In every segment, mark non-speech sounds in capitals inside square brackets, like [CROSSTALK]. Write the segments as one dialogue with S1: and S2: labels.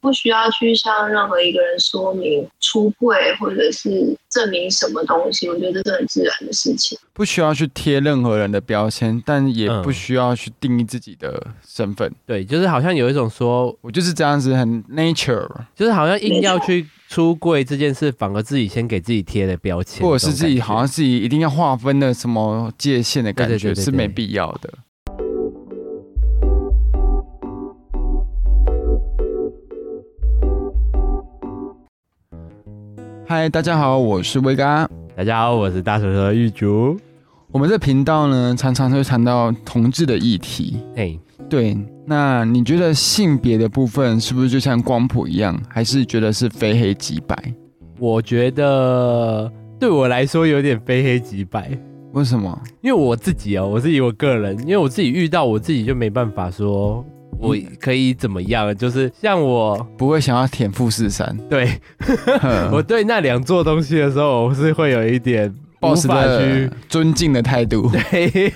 S1: 不需要去向任何一个人说明出柜或者是证明什么东西，我觉得这是很自然的事情。
S2: 不需要去贴任何人的标签，但也
S3: 嗯
S2: 不需要去定义自己的身份。
S3: 对，就是好像有一种说，
S2: 我就是这样子，很 nature，
S3: 就是好像硬要去出柜这件事，反而自己先给自己贴了标签，
S2: 或者是自己
S3: 这种感觉
S2: 好像自己一定要划分的什么界限的感
S3: 对对
S2: 觉
S3: 对对
S2: 是没
S3: 对
S2: 必要的。嗨，大家好，我是威嘎。
S3: 大家好，我是大舌头玉竹。
S2: 我们这频道呢，常常会谈到同志的议题。
S3: 哎，
S2: 对，那你觉得性别的部分是不是就像光谱一样，还是觉得是非黑即白？
S3: 我觉得对我来说有点非黑即白，
S2: 为什么？
S3: 因为我自己哦，我自己我个人，因为我自己遇到我自己就没办法说我可以怎么样，就是像我
S2: 不会想要舔富士
S3: [LAUGHS]
S2: 山？
S3: 对
S2: 哼
S3: 我对那两座东西的时候，我是会有一点无
S2: boss
S3: 法去 [LAUGHS]
S2: 的。尊敬的态度
S3: 嘿
S2: [LAUGHS]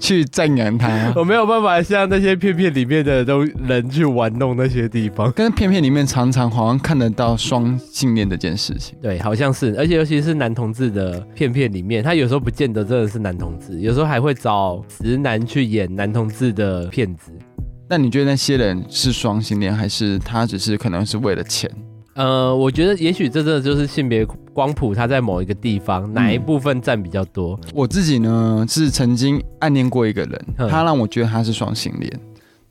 S2: 去赞扬他，
S3: [LAUGHS] 我没有办法像那些片片里面的都人去玩弄那些地方。
S2: 跟片片里面常常好像看得到双性恋这件事情。
S3: [LAUGHS] 对，好像是，而且尤其是男同志的片片里面，他有时候不见得真的是男同志，有时候还会找直男去演男同志的片子。
S2: 那你觉得那些人是双性恋，还是他只是可能是为了钱？
S3: 呃，我觉得也许这真的就是性别光谱，它在某一个地方哪一部分占比较多。
S2: 我自己呢是曾经暗恋过一个人，
S3: 嗯
S2: 他让我觉得他是双性恋，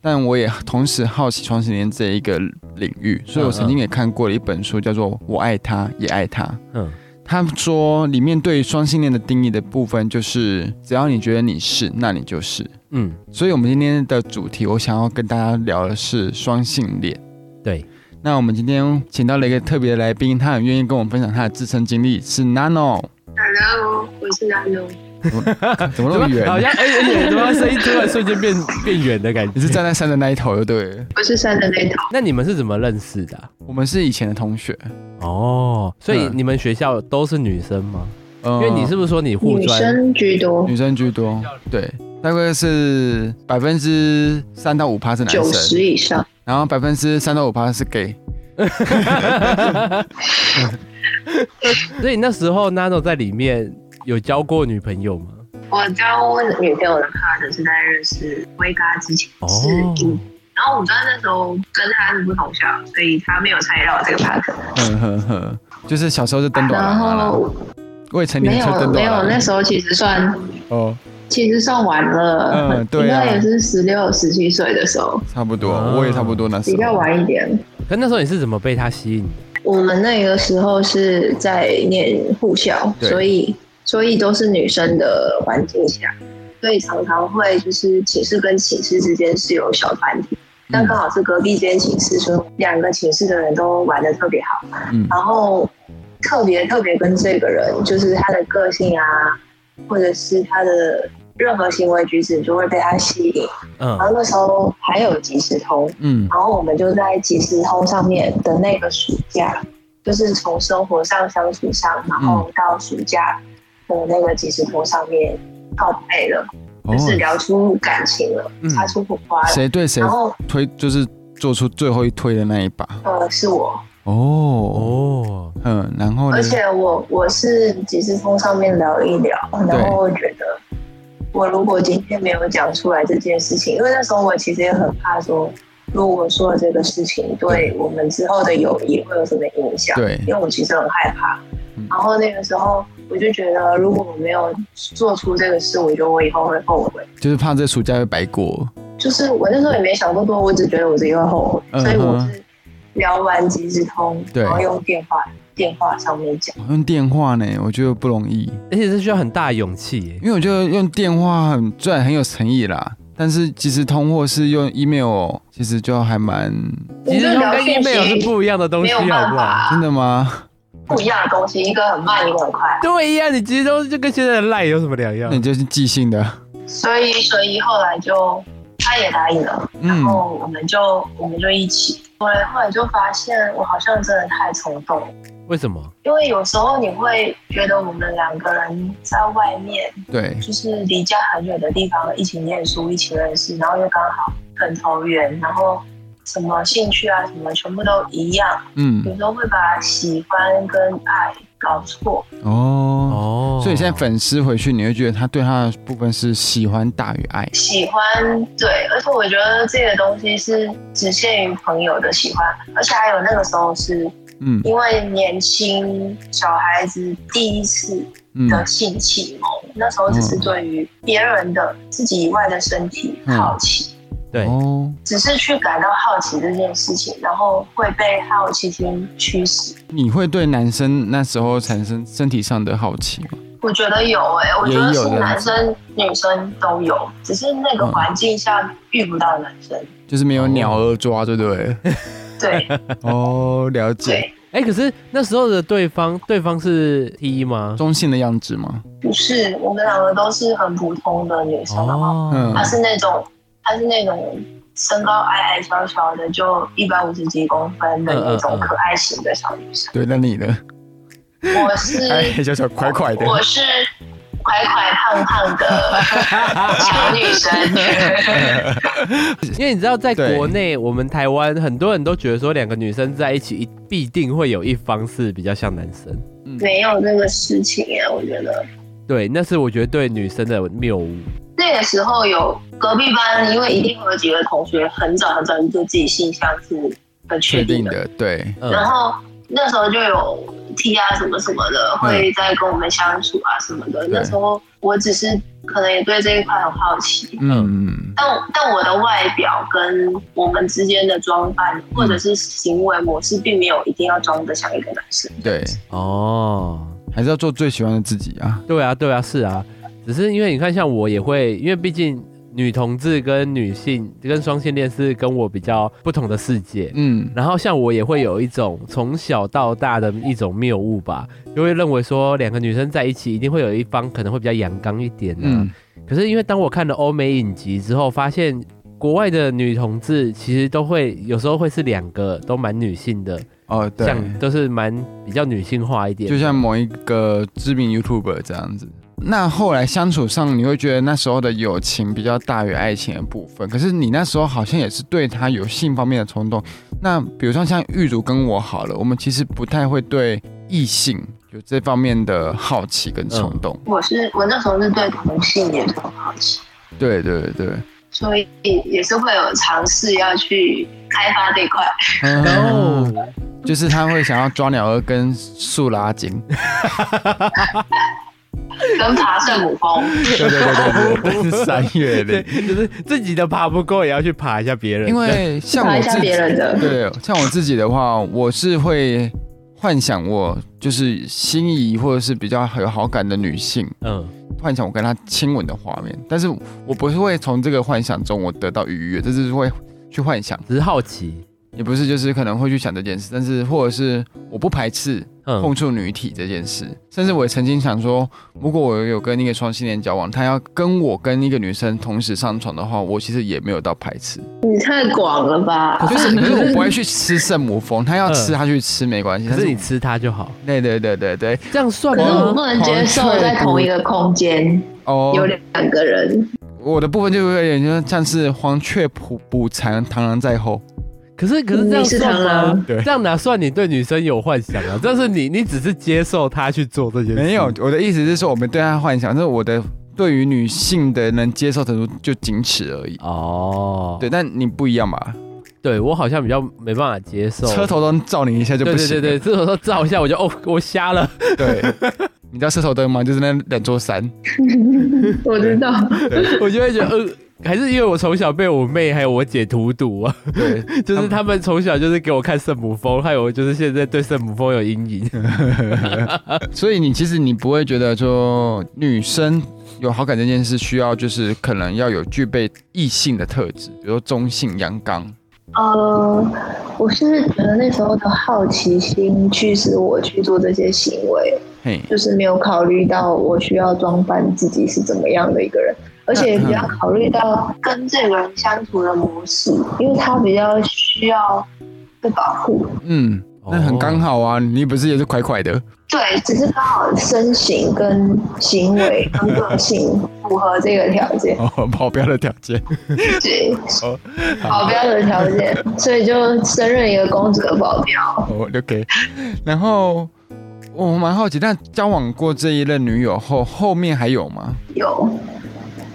S2: 但我也同时好奇双性恋这一个领域，
S3: 嗯
S2: 所以我曾经也看过了一本书，叫做《我爱他也爱他》。
S3: 嗯
S2: 他说里面对双性恋的定义的部分就是，只要你觉得你是，那你就是。
S3: 嗯，
S2: 所以，我们今天的主题，我想要跟大家聊的是双性恋。
S3: 对，
S2: 那我们今天请到了一个特别的来宾，他很愿意跟我们分享他的自身经历，是 Nano。
S1: Hello，我是南龙。
S2: 怎么
S3: 怎
S2: 那么
S3: 么
S2: 远？
S3: 好像哎哎、怎么声音突然瞬
S2: [LAUGHS]
S3: 间变变远的感
S2: 你
S3: 觉？
S2: 是站在山的那一头，就对了。
S1: 我是山的那头。
S3: 那你们是怎么认识的啊、
S2: 我们是以前的同学，
S3: 哦，所以
S2: 嗯
S3: 你们学校都是女生吗？
S2: 呃
S3: 因为你是不是说你护
S1: 女
S3: 专？
S1: 生居多
S2: 女，生居多，对，大概是百分之三到五趴是男
S1: 九
S2: 生，
S1: 十以上。
S2: 然后百分之三到五趴是 gay。
S3: 所以那时候 Nano 在里面有交过女朋友吗？
S1: 我交女朋友的 partner 是在认识威嘎之前，
S2: 哦
S1: 是印度然后我知道那时候跟他是不同校，所以他没有参与到我这个 part。
S2: 呵呵呵，就是小时候就登短
S1: 然
S2: 郎了，
S1: 后
S2: 未成年
S1: 没
S2: 就
S1: 有
S2: 登
S1: 没
S2: 短
S1: 有，
S2: 郎。
S1: 那时候其实算
S2: 哦，
S1: 其实算晚了，
S2: 嗯对啊
S1: 应该也是十六十七岁的时候，
S2: 差不多，
S3: 啊
S2: 我也差不多那时
S1: 比较
S2: 候。
S1: 晚一点。
S3: 可那时候你是怎么被他吸引的？
S1: 我们那个时候是在念护校，
S2: 对
S1: 所以所以都是女生的环境下，所以常常会就是寝室跟寝室之间是有小团体。但刚好是隔壁间寝室，所以两个寝室的人都玩的特别好。
S2: 嗯
S1: 然后特别特别跟这个人，就是他的个性啊，或者是他的任何行为举止，就会被他吸引。
S3: 嗯
S1: 然后那时候还有即时通，
S2: 嗯
S1: 然后我们就在即时通上面的那个暑假，就是从生活上、相处上，然后到暑假的那个即时通上面告白了，
S2: 哦
S1: 就，是聊出感情了，
S3: 嗯
S1: 擦出火花了。
S2: 谁对谁
S1: 然后
S2: 推，就是做出最后一推的那一把。
S1: 呃，是我，
S2: 哦，
S3: 哦，
S2: 嗯，然后呢
S1: 而？且我我是即时通上面聊一聊，然后我觉得。我如果今天没有讲出来这件事情，因为那时候我其实也很怕说，如果我说了这个事情，对我们之后的友谊会有什么影响？
S2: 对
S1: 因为我其实很害怕
S2: 嗯。
S1: 然后那个时候我就觉得，如果我没有做出这个事，我觉得我以后会后悔。
S2: 就是怕这暑假会白过。
S1: 就是我那时候也没想过多，我只觉得我自己会后悔，
S2: 嗯哼
S1: 所以我是聊完即时通，
S2: 对
S1: 然后用电话电话上面讲。
S2: 用电话呢，我觉得不容易。
S3: 而且是需要很大的勇气耶。
S2: 因为我觉得用电话很虽然很有诚意啦，但是即时通或是用 email，其实就还蛮
S3: 其实
S1: 我觉得聊
S3: 它跟
S1: 讯
S3: email 是
S1: 息
S3: 不一样的东
S1: 没
S3: 西，
S1: 有
S3: 好
S1: 办
S3: 不啊
S1: 法
S3: 好？
S2: 真的 [LAUGHS] 吗？
S1: 不一样的东西，一个很慢，一个很快。
S3: 对呀，你其实都就跟现在的赖有什么两样
S2: 那？你就是即兴的，
S1: 所以所以后来就他也答应了，然
S2: 嗯
S1: 后我们就、我们就一起。后来后来就发现，我好像真的太冲动了。
S3: 为什
S2: 嗯
S3: 么？
S1: 因为有时候你会觉得我们两个人在外面，
S2: 对，
S1: 就是离家很远的地方一起念书、一起认识，然后又刚好很投缘，然后什么兴趣啊什么全部都一样，
S2: 嗯，
S1: 有时候会把喜欢跟爱搞错。
S2: 哦，
S3: 哦
S2: 所以现在粉丝回去，你会觉得他对他的部分是喜欢大于爱，
S1: 喜欢对，而且我觉得这个东西是只限于朋友的喜欢，而且还有那个时候是
S2: 嗯
S1: 因为年轻小孩子第一次
S2: 嗯
S1: 的性启蒙，那时候只是对于别人的自己以外的身体好奇，
S3: 对，
S2: 哦，
S1: 只是去感到好奇这件事情，然后会被好奇心驱使。
S2: 你会对男生那时候产生身体上的好奇吗？
S1: 我觉得有诶、我觉
S2: 也
S1: 得
S2: 有
S1: 是
S2: 的
S1: 男生女生都有，只是那个
S2: 嗯
S1: 环境下遇不到男生。
S2: 就是没有鸟儿抓，对不对？ [LAUGHS]
S1: 对
S2: 哦，了解，
S1: 对，
S3: 哎、可是那时候的对方，对方是 T 吗？
S2: 中性的样子吗？
S1: 不是，我们两个都是很普通的女生，然后
S2: 嗯
S3: 哦，
S1: 她是那种，她是那种身高矮矮小小的，就一百五十几公分的那
S3: 嗯嗯嗯
S1: 种可爱型的小女生。
S2: 对，那你呢？
S1: 我是
S3: [LAUGHS]
S2: 哎，小小快快的，
S1: 我是快快胖胖的小女生，
S3: [LAUGHS] 因为你知道，在
S2: 对
S3: 国内，我们台湾很多人都觉得说，两个女生在一起，一必定会有一方是比较像男生。
S2: 嗯
S1: 没有这个事情耶，我觉得。
S3: 对，那是我觉得对女生的谬误。
S1: 那个时候有隔壁班，因为一定会有几个同学很早很早就对自己性向是很确
S2: 确
S1: 定
S2: 定
S1: 的，
S2: 的，对，
S3: 嗯，
S1: 然后那时候就有 T 啊什么什么的，
S2: 嗯
S1: 会在跟我们相处啊什么的。那时候我只是可能也对这一块很好奇，
S2: 嗯，
S1: 但我但我的外表跟我们之间的装扮或者是行为模式，并没有一定要装得像一个男生。
S2: 对，
S3: 哦，
S2: 还是要做最喜欢的自己啊，
S3: 对啊，对啊，是啊，只是因为你看，像我也会，因为毕竟女同志跟女性跟双性恋是跟我比较不同的世界。
S2: 嗯，
S3: 然后像我也会有一种从小到大的一种谬误吧，就会认为说两个女生在一起一定会有一方可能会比较阳刚一点啊。
S2: 嗯
S3: 可是因为当我看了欧美影集之后，发现国外的女同志其实都会有时候会是两个都蛮女性的，
S2: 哦，对，
S3: 像都是蛮比较女性化一点的。
S2: 就像某一个知名 YouTuber 这样子。那后来相处上，你会觉得那时候的友情比较大于爱情的部分，可是你那时候好像也是对他有性方面的冲动。那比如说像玉竹跟我好了，我们其实不太会对异性有这方面的好奇跟冲动。
S1: 我是我那时候是对同性也很好奇，
S2: 对对对，
S1: 所以也是会有尝试要去开发这一
S2: [LAUGHS]
S1: 块。
S3: 哦，
S2: 就是他会想要抓鸟儿跟树拉筋。
S1: 跟爬圣母峰，
S2: 对对对对对，三月的。
S3: 对，就是自己的爬不够，也要去爬一下别人的。
S2: 因为像
S1: 查
S2: 我
S1: 一
S2: 自
S1: 下
S2: 己，
S1: 别人的。
S2: 对，像我自己的话，我是会幻想我就是心仪或者是比较有好感的女性，
S3: 嗯，
S2: 幻想我跟她亲吻的画面，但是我不是会从这个幻想中我得到愉悦，这是会去幻想，
S3: 只是好奇，
S2: 也不是就是可能会去想这件事，但是或者是我不排斥碰
S3: 嗯，
S2: 触女体这件事，甚至我也曾经想说，如果我有跟一个双性恋交往，他要跟我跟一个女生同时上床的话，我其实也没有到排斥。
S1: 你太广了吧？
S2: 就是，可是我不会去吃圣母峰，他要吃他去吃没关系。
S3: 可
S2: 但
S3: 是你
S2: 是，
S3: 吃它就好，
S2: 对对对对对，
S3: 这样算
S1: 可是我
S3: 吗
S1: 不？能接受在同一个空间
S2: 哦
S1: 有，两个人，
S2: 我的部分就有点就像是黄雀补补偿，螳螂在后。
S3: 可是可是这样
S1: 你是
S3: 算
S1: 螳螂
S3: 吗？这样哪算你对女生有幻想啊？但是你你只是接受她去做这件事，
S2: 没有，我的意思是说，我们对他幻想，就是我的对于女性的能接受程度就仅此而已。
S3: 哦，
S2: 对，但你不一样吧？
S3: 对我好像比较没办法接受
S2: 车。头灯照你一下就
S3: 对
S2: 不
S3: 对
S2: 行
S3: 对
S2: 了。
S3: 对，这时候照一下我就哦，我瞎了。 [LAUGHS]
S2: 对 [LAUGHS] 你知道射手灯吗？就是那两座山。
S1: 我知道。
S3: 我就会觉得，呃，还是因为我从小被我妹还有我姐荼毒啊，
S2: [LAUGHS] 对，
S3: 就是他们从小就是给我看圣母峰，还有我就是现在对圣母峰有阴影。
S2: 嗯所以你其实你不会觉得说女生有好感这件事需要就是可能要有具备异性的特质，比如说中性、阳刚。
S1: 呃，我是觉得那时候的好奇心驱使我去做这些行为，
S2: 嘿，
S1: 就是没有考虑到我需要装扮自己是怎么样的一个人，而且也比较考虑到跟这个人相处的模式，因为他比较需要被保护。
S2: 嗯，那很刚好啊，你不是也是快快的？
S1: 对，只是刚好身形跟行 [LAUGHS] 为跟个性符合这个条件，
S2: [LAUGHS] 哦，保镖的条件。
S1: 对，
S2: 哦，
S1: 保镖的条件，所以就升任一个公主的保镖。
S2: [LAUGHS] 哦，OK。然后我蛮好奇，那交往过这一任女友后，后面还有吗？
S1: 有，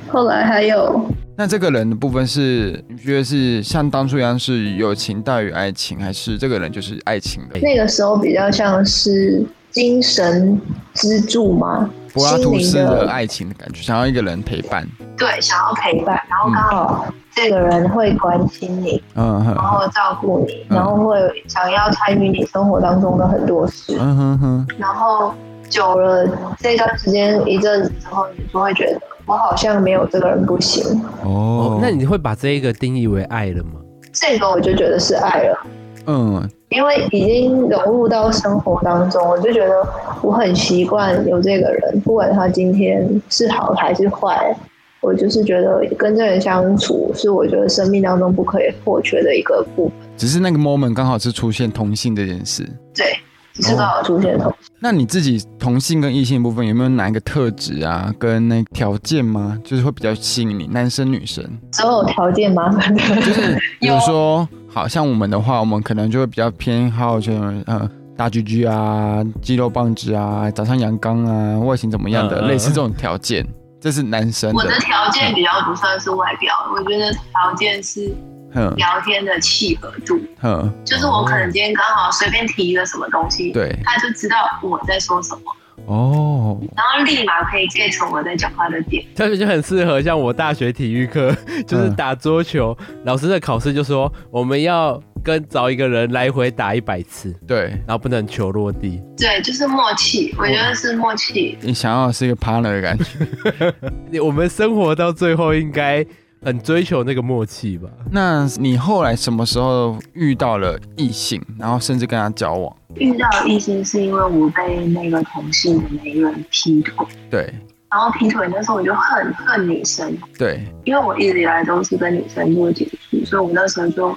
S1: 后来还有
S2: 那这个人的部分是，你觉得是像当初一样是友情大于爱情，还是这个人就是爱情的？
S1: 那个时候比较像是精神支柱吗？
S2: 柏拉图式
S1: 心灵
S2: 的
S1: 的
S2: 爱情的感觉，想要一个人陪伴。
S1: 对，想要陪伴，然后刚好这个人会关心你，
S2: 嗯
S1: 然
S2: 哼，
S1: 后照顾你，
S2: 嗯
S1: 然后会想要参与你生活当中的很多事，
S2: 嗯哼哼，
S1: 然后久了这段时间一阵子之后，你就会觉得我好像没有这个人不行，
S2: 哦
S3: 哦，，那你会把这一个定义为爱了吗？
S1: 这个我就觉得是爱了。
S2: 嗯
S1: 因为已经融入到生活当中，我就觉得我很习惯有这个人，不管他今天是好还是坏，我就是觉得跟这人相处是我觉得生命当中不可以或缺的一个部分。
S2: 只是那个 moment 刚好是出现同性这件事。
S1: 对，只是刚好出现同
S2: 那你自己同性跟异性部分有没有哪一个特质啊，跟那个条件吗？就是会比较吸引你，男生女生？
S1: 所有条件麻烦的， [LAUGHS]
S3: [LAUGHS]
S2: 就是比如说，好像我们的话，我们可能就会比较偏好这种呃大居居啊、肌肉棒子啊、长相阳刚啊、外形怎么样的，
S3: 嗯嗯
S2: 类似这种条件，这是男生
S1: 我
S2: 的
S1: 的。条件比较不算是外表，我觉得条件是
S2: 哼
S1: 聊天的契合度，
S2: 哼，
S1: 就是我可能今天刚好随便提一个什么东西，
S2: 嗯对，
S1: 他就知道我在说什么，
S2: 哦，
S1: 然后立马可以 get 我在讲话的点。
S3: 特别就很适合像我大学体育课，就是打桌球，老师的考试就说我们要跟找一个人来回打一百次，
S2: 对，
S3: 然后不能球落地。
S1: 对，就是默契，我觉得是默契。
S2: 你想要的是一个 partner 的感觉。
S3: 你我们生活到最后应该很追求那个默契吧？
S2: 那你后来什么时候遇到了异性，然后甚至跟他交往？
S1: 遇到异性是因为我被那个同性的那个人劈腿，
S2: 对
S1: 然后劈腿那时候我就恨恨女生，
S2: 对，
S1: 因为我一直以来都是跟女生做接触，所以我那时候就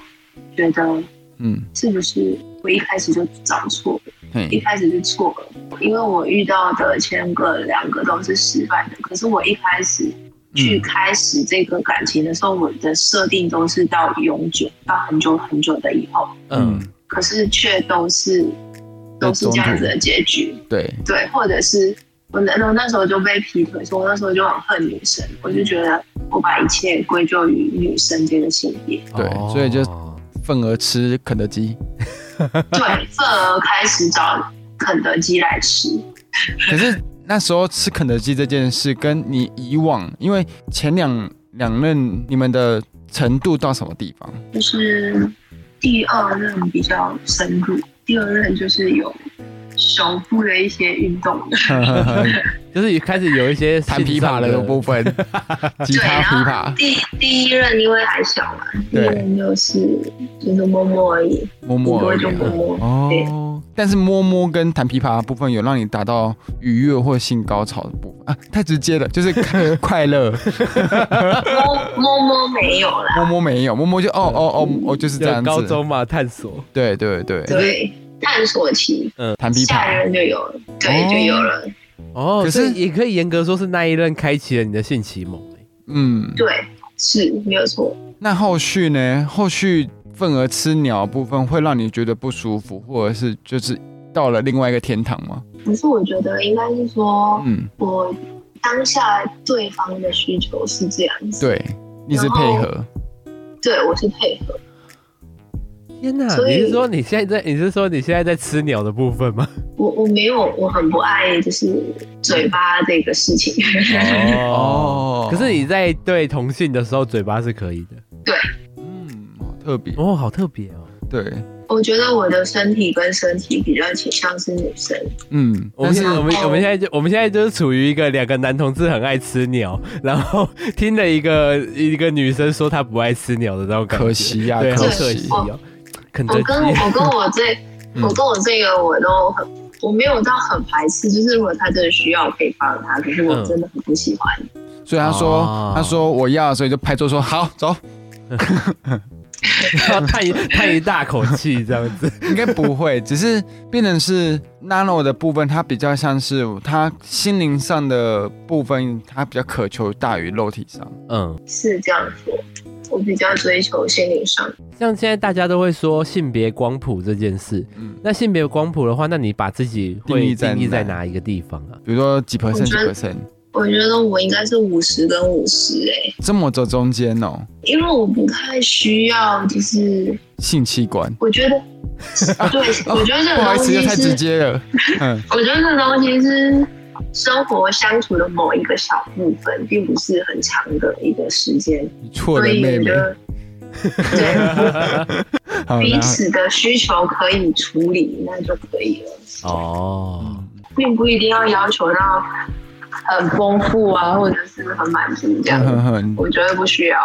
S1: 觉得
S2: 嗯，
S1: 是不是我一开始就找错了，一
S2: 嘿，
S1: 开始就错了，因为我遇到的前个两个都是失败的，可是我一开始。去
S2: 嗯
S1: 开始这个感情的时候，我的设定都是到永久，到很久很久的以后。
S3: 嗯，
S2: 嗯
S1: 可是却都是都是这样子的结局，
S2: 对，
S1: 对，或者是我那我那时候就被劈腿，所以我那时候就很恨女生，我就觉得我把一切归咎于女生这个性别，
S3: 嗯
S2: 对所以就
S3: 哦
S2: 份额吃肯德基。
S1: 对，愤而开始找肯德基来吃，
S2: [LAUGHS] 可是那时候吃肯德基这件事，跟你以往，因为前两两任你们的程度到什么地 [LAUGHS] 方？
S1: 就是第二任比较深入，第二任就是有手部的一些运动
S2: [LAUGHS]
S1: 的，
S3: 就是开始有一些
S2: 弹琵琶的部 [LAUGHS] 分，吉
S1: 对，
S2: 他
S1: 然
S2: 琵
S1: 后
S2: 琶，
S1: 第第一任因为还小嘛，第一
S2: 对
S1: 任就是就是摸摸而已。
S2: 摸摸而已
S1: 顶多就
S2: 啊。
S1: 摸摸。对
S2: 哦，但是摸摸跟弹琵琶的部分有让你达到愉悦或性高潮的部分啊，太直接了，就是快 [LAUGHS] 乐。
S1: 摸摸摸没有啦，
S2: 摸摸没有，摸摸就哦哦哦哦，就是这
S3: 就
S2: 样子。
S3: 高中嘛探索，
S2: 对对对，
S1: 对，探索期
S2: 哎弹琵
S1: 下
S2: 琶
S1: 人就有了，对，
S2: 哦
S1: 就有了，
S3: 哦，
S2: 可
S3: 可
S2: 是
S3: 是也可以严格说是那一任开启了你的性启蒙、欸
S2: 嗯，
S1: 对，是没有错。
S2: 那后续呢？后续份额吃鸟的部分会让你觉得不舒服，或者是就是到了另外一个天堂吗？
S1: 可是我觉得应该是说，
S2: 嗯，
S1: 我当下对方的需求是这样子，
S2: 对，一直配合。
S1: 对我是配合，
S3: 天哪！
S1: 所以
S3: 你是说你现在在？你是说你现在在吃鸟的部分吗？
S1: 我我没有，我很不爱就是嘴巴这个事情， [LAUGHS]
S2: 哦
S3: 可是你在对同性的时候，嘴巴是可以的。
S2: 嗯，好特别。
S3: 哦，好特别哦。
S2: 对，
S1: 我觉得我的身体跟身体比较倾向是女生，
S2: 嗯，
S3: 我
S2: 但
S3: 们现
S2: 是
S3: 在我们
S1: 哦
S3: 我们现在就我们现在就是处于一个两个男同志很爱吃鸟， [LAUGHS] 然后听了一个一个女生说她不爱吃鸟的那种感觉，
S2: 可惜呀
S3: 对，好
S2: 可
S3: 可
S1: 惜
S3: 惜哦。肯德
S1: 我
S3: 基
S1: 跟我跟我这，
S2: [LAUGHS] 嗯
S1: 我跟我这个我都很，我没有到很排斥，就是如果他真的需要，我可以帮他，可是我
S2: 嗯
S1: 真的很不喜欢。
S2: 所以他说，
S3: 哦
S2: 他说我要，所以就拍桌说好走。
S3: 然 [LAUGHS] 后叹一叹一大口气这样子。
S2: 应该不会，只是变成是 Nano 的部分，它比较像是它心灵上的部分，它比较渴求大于肉体上。
S3: 嗯，
S1: 是这样说。我比较追求心灵上，
S3: 像现在大家都会说性别光谱这件事，
S2: 嗯，
S3: 那性别光谱的话，那你把自己
S2: 定
S3: 会
S2: 义在
S3: 定义在
S2: 哪
S3: 哪一个地方啊？
S2: 比如说几 percent
S1: 我
S2: 几
S1: 觉得
S2: percent，
S1: 我觉得我应该是五十跟五十哎，
S2: 这么走中间哦，
S1: 因为我不太需要，就是
S2: 性器官。
S1: 我觉得， [LAUGHS] 对，我觉得这
S2: [LAUGHS] 不
S1: 个
S2: 好意
S1: 东
S2: 思，又
S1: 西
S2: 太直
S1: 是，
S2: 接了。嗯，
S1: 我觉得这个东西是生活相处的某一个小部分，并不是很长的一个时间，
S2: 你错
S1: 所
S2: 了，
S1: 以
S2: 妹
S1: 我
S2: 妹
S1: 觉。
S2: [LAUGHS]
S1: 得。对
S2: 好
S1: 彼
S2: 啦，
S1: 此的需求可以处理，那就可以了。
S3: 哦，
S2: 嗯
S1: 并不一定要要求到很丰富啊，或者是很满足这样。
S2: 哼 [LAUGHS] 哼，
S1: 我觉得不需要。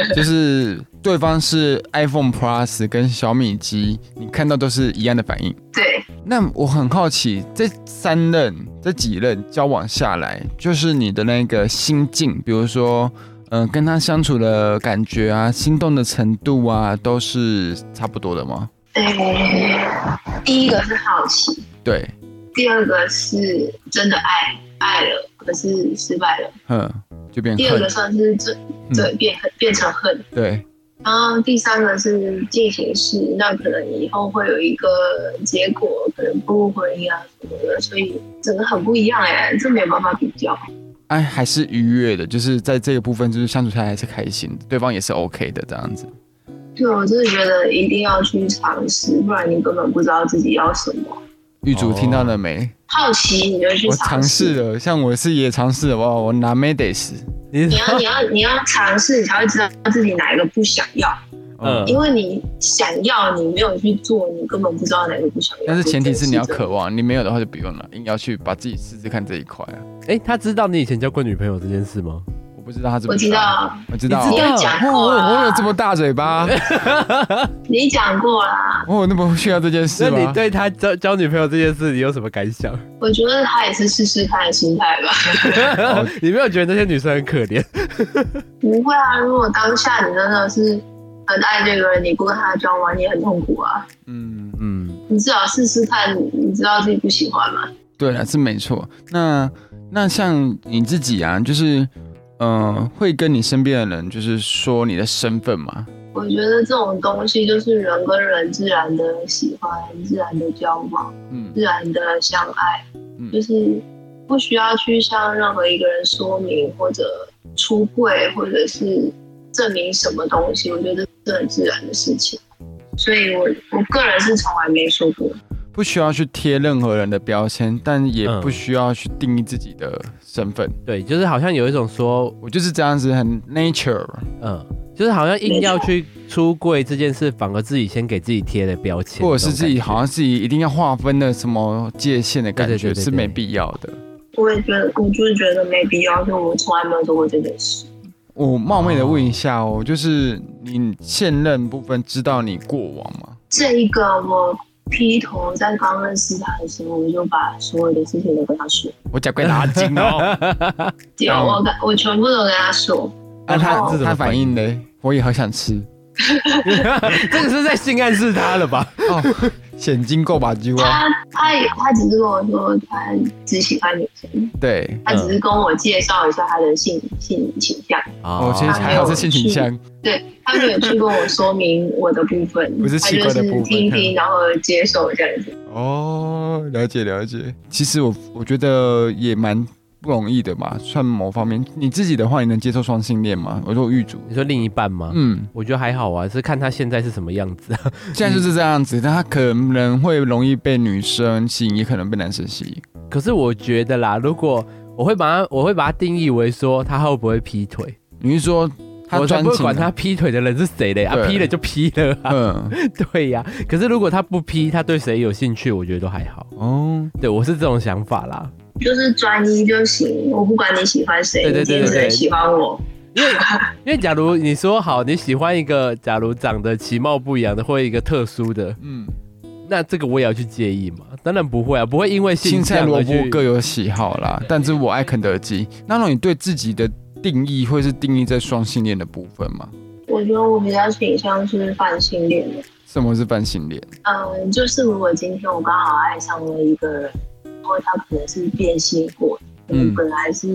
S2: 嗯就是对方是 iPhone Plus 跟小米机，你看到都是一样的反应。
S1: 对，
S2: 那我很好奇，这三任、这几任交往下来，就是你的那个心境，比如说，嗯、跟他相处的感觉啊，心动的程度啊，都是差不多的吗？
S1: 诶、哎第一个是好奇，
S2: 对，
S1: 第二个是真的爱，爱了可是失败了。
S2: 哼，嗯就变
S1: 第二个
S2: 恨，
S1: 算是最
S2: 嗯
S1: 对变恨变成恨，
S2: 对，
S1: 然后第三个是进行式，那可能以后会有一个结果，可能步入婚姻啊什么的，所以整个很不一样哎、这没有办法比较。
S2: 哎，还是愉悦的，就是在这个部分，就是相处下来还是开心的，对方也是 OK 的这样子。
S1: 对，我真的觉得一定要去尝试，不然你根本不知道自己要什么。
S2: 玉竹听到了没？
S1: 好奇你就去
S2: 我尝试
S1: 哦试，
S2: 了，像我是也尝试了，哇，我拿 m e d i s
S3: 你
S1: 你要你要 [LAUGHS] 你要尝试，你才会知道自己哪一个不想要。
S2: 哦
S3: 嗯
S1: 因为你想要，你没有去做，你根本不知道哪个不想要。
S2: 但是前提是你要渴
S1: 望。
S2: 望，你没有的话就不用了，硬要去把自己试试看这一块啊。
S3: 哎，他知道你以前交过女朋友这件事吗？
S2: 我不知道他知不
S1: 我知道，
S2: 我知道啊，
S1: 你
S3: 你知道
S1: 有讲
S2: 我
S1: 过
S2: 我
S1: 啊
S2: 我有这么大嘴巴，
S1: 你讲过啦。
S2: 我有那么需要这件事
S3: 那
S2: 吗
S3: 你？对他交交女朋友这件事，你有什么感想？
S1: 我觉得他也是试试看的心态吧。
S2: 哦
S3: [LAUGHS] 你没有觉得那些女生很可怜？
S1: 不会啊，如果当下你真的是很爱这个人，你不跟他交往，你也很痛苦啊。
S2: 嗯，
S3: 嗯，
S1: 你至少试试看，你你知道自己不喜欢吗？
S2: 对了，是没错。那那像你自己啊，就是嗯、呃会跟你身边的人就是说你的身份嘛？
S1: 我觉得这种东西就是人跟人自然的喜欢、自然的交往、
S2: 嗯
S1: 自然的相爱，
S2: 嗯
S1: 就是不需要去向任何一个人说明或者出柜，或者是证明什么东西。我觉得这是很自然的事情，所以我我个人是从来没说过。
S2: 不需要去贴任何人的标签，但也
S3: 嗯
S2: 不需要去定义自己的身份。
S3: 对，就是好像有一种说，
S2: 我就是这样子，很 nature。
S3: 嗯，就是好像硬要去出柜这件事，反而自己先给自己贴了标签，
S2: 或者是自己
S3: 这种感觉
S2: 好像自己一定要划分的什么界限的感
S3: 对
S2: 觉
S3: 对对对
S2: 是没必要的。
S1: 我也觉得，我就是觉得没必要，就我从来没有做过这件事。
S2: 我冒昧的问一下哦，就是你现任部分知道你过往吗？
S1: 这一个我劈头在刚认识他的时候，我就把所有的事情都跟他说。
S2: 我假鬼拿金
S3: [LAUGHS]
S2: 哦，
S1: 对，
S2: 嗯
S1: 我跟我全部都跟他说，
S2: 那
S1: 哦
S2: 他
S3: 是
S2: 他
S3: 什么
S2: 反
S3: 反
S2: 应
S3: 应
S2: 嘞？我也好想吃
S3: [LAUGHS] 这个是在性暗示他了吧？
S2: 哦， [LAUGHS] 现金够吧，鸡啊！
S1: 他他也他只是跟我说他只喜欢女生，
S2: 对，
S1: 他只是跟我介绍一下他的性性倾向，
S2: 我
S3: 哦
S2: 其实还好是性倾向，
S1: 对他没有去跟我说明我的部分，
S2: 不是
S1: 他
S2: 奇怪
S1: 就
S2: 的
S1: 是
S2: 部分嗯
S1: 听听然后接受这样子。
S2: 哦，了解了解。其实我我觉得也蛮不容易的嘛，算某方面。你自己的话，你能接受双性恋吗？我说玉竹，
S3: 你说另一半吗？
S2: 嗯，
S3: 我觉得还好啊，是看他现在是什么样子 [LAUGHS] 啊。
S2: 现在就是这样子，但他可能会容易被女生吸引，也可能被男生吸引。
S3: 可是我觉得啦，如果我会把他，我会把他定义为说他会不会劈腿，
S2: 你是说他
S3: 我才
S2: 专
S3: 不会
S2: 情啊嗯
S3: 管他劈腿的人是谁嘞，啊
S2: 对
S3: 劈了就劈了
S2: [LAUGHS]
S3: 啊，
S2: 嗯，
S3: 对呀、可是如果他不劈，他对谁有兴趣，我觉得都还好。 [LAUGHS]
S2: 哦，
S3: 对我是这种想法啦，
S1: 就是专一就行，我不管你喜欢谁，
S3: 对对
S1: 你
S3: 对
S1: 今天
S3: 对对
S1: 谁喜欢我，
S3: 因为因为假如你说好你喜欢一个，假如长得其貌不扬的或一个特殊的，
S2: 嗯，
S3: 那这个我也要去介意嘛？当然不会啊，不会因为性
S2: 青菜
S3: 向
S2: 萝
S3: 而
S2: 卜
S3: 去
S2: 各有喜好啦，但是我爱肯德基。那种你对自己的定义会是定义在双性恋的部分吗？
S1: 我觉得我比较倾向是泛性恋的。
S2: 什么是泛性恋？
S1: 嗯，就是如果今天我刚好爱上了一个人，然后他可能是变性过，
S2: 嗯
S1: 嗯，本来是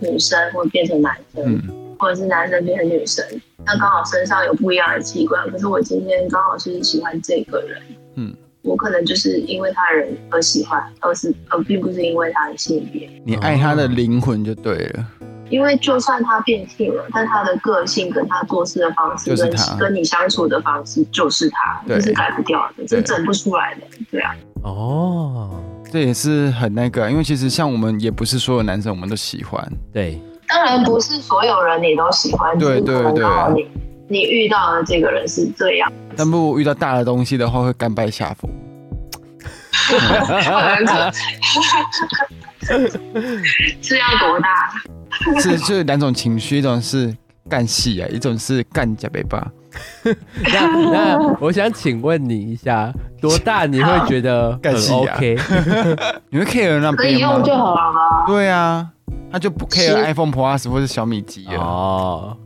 S1: 女生或变成男生，
S2: 嗯，
S1: 或者是男生变成女生，那刚好身上有不一样的器官，可是我今天刚好是喜欢这个人，
S2: 嗯，
S1: 我可能就是因为他人而喜欢，而是而并不是因为他的性别，
S2: 你爱他
S3: 哦
S2: 的灵魂就对了。
S1: 因为就算他变性了，但他的个性跟他做事的方式
S2: 就是
S1: 跟
S2: 他
S1: 跟你相处的方式就是他，
S2: 对
S1: 这是改不掉的，
S2: 对
S1: 是整不出来的，对啊，
S3: 哦，
S2: 这也是很那个，啊因为其实像我们也不是所有男生我们都喜欢， [LAUGHS]
S3: 对，
S1: 当然不是所有人你都喜欢，
S2: 对
S1: 只是可能
S2: 对对
S1: 刚好你你遇到的这个人是这样，
S2: 但如果遇到大的东西的话，会甘拜下风。
S1: 是要多大？ [LAUGHS]
S2: 是，就是两种情绪，一种是干戏啊，一种是干假背巴。
S3: [LAUGHS] 那那我想请问你一下，多大你会觉得
S2: [LAUGHS] 干
S3: 很
S2: 戏啊
S3: OK？
S2: 你会 care 那
S1: 可以
S2: 边
S1: 用
S2: 吗？
S1: 就好了
S2: [LAUGHS]
S1: 吧？
S2: 对啊，他就不 care
S1: 是
S2: iPhone Plus 或是小米机了。
S3: 哦，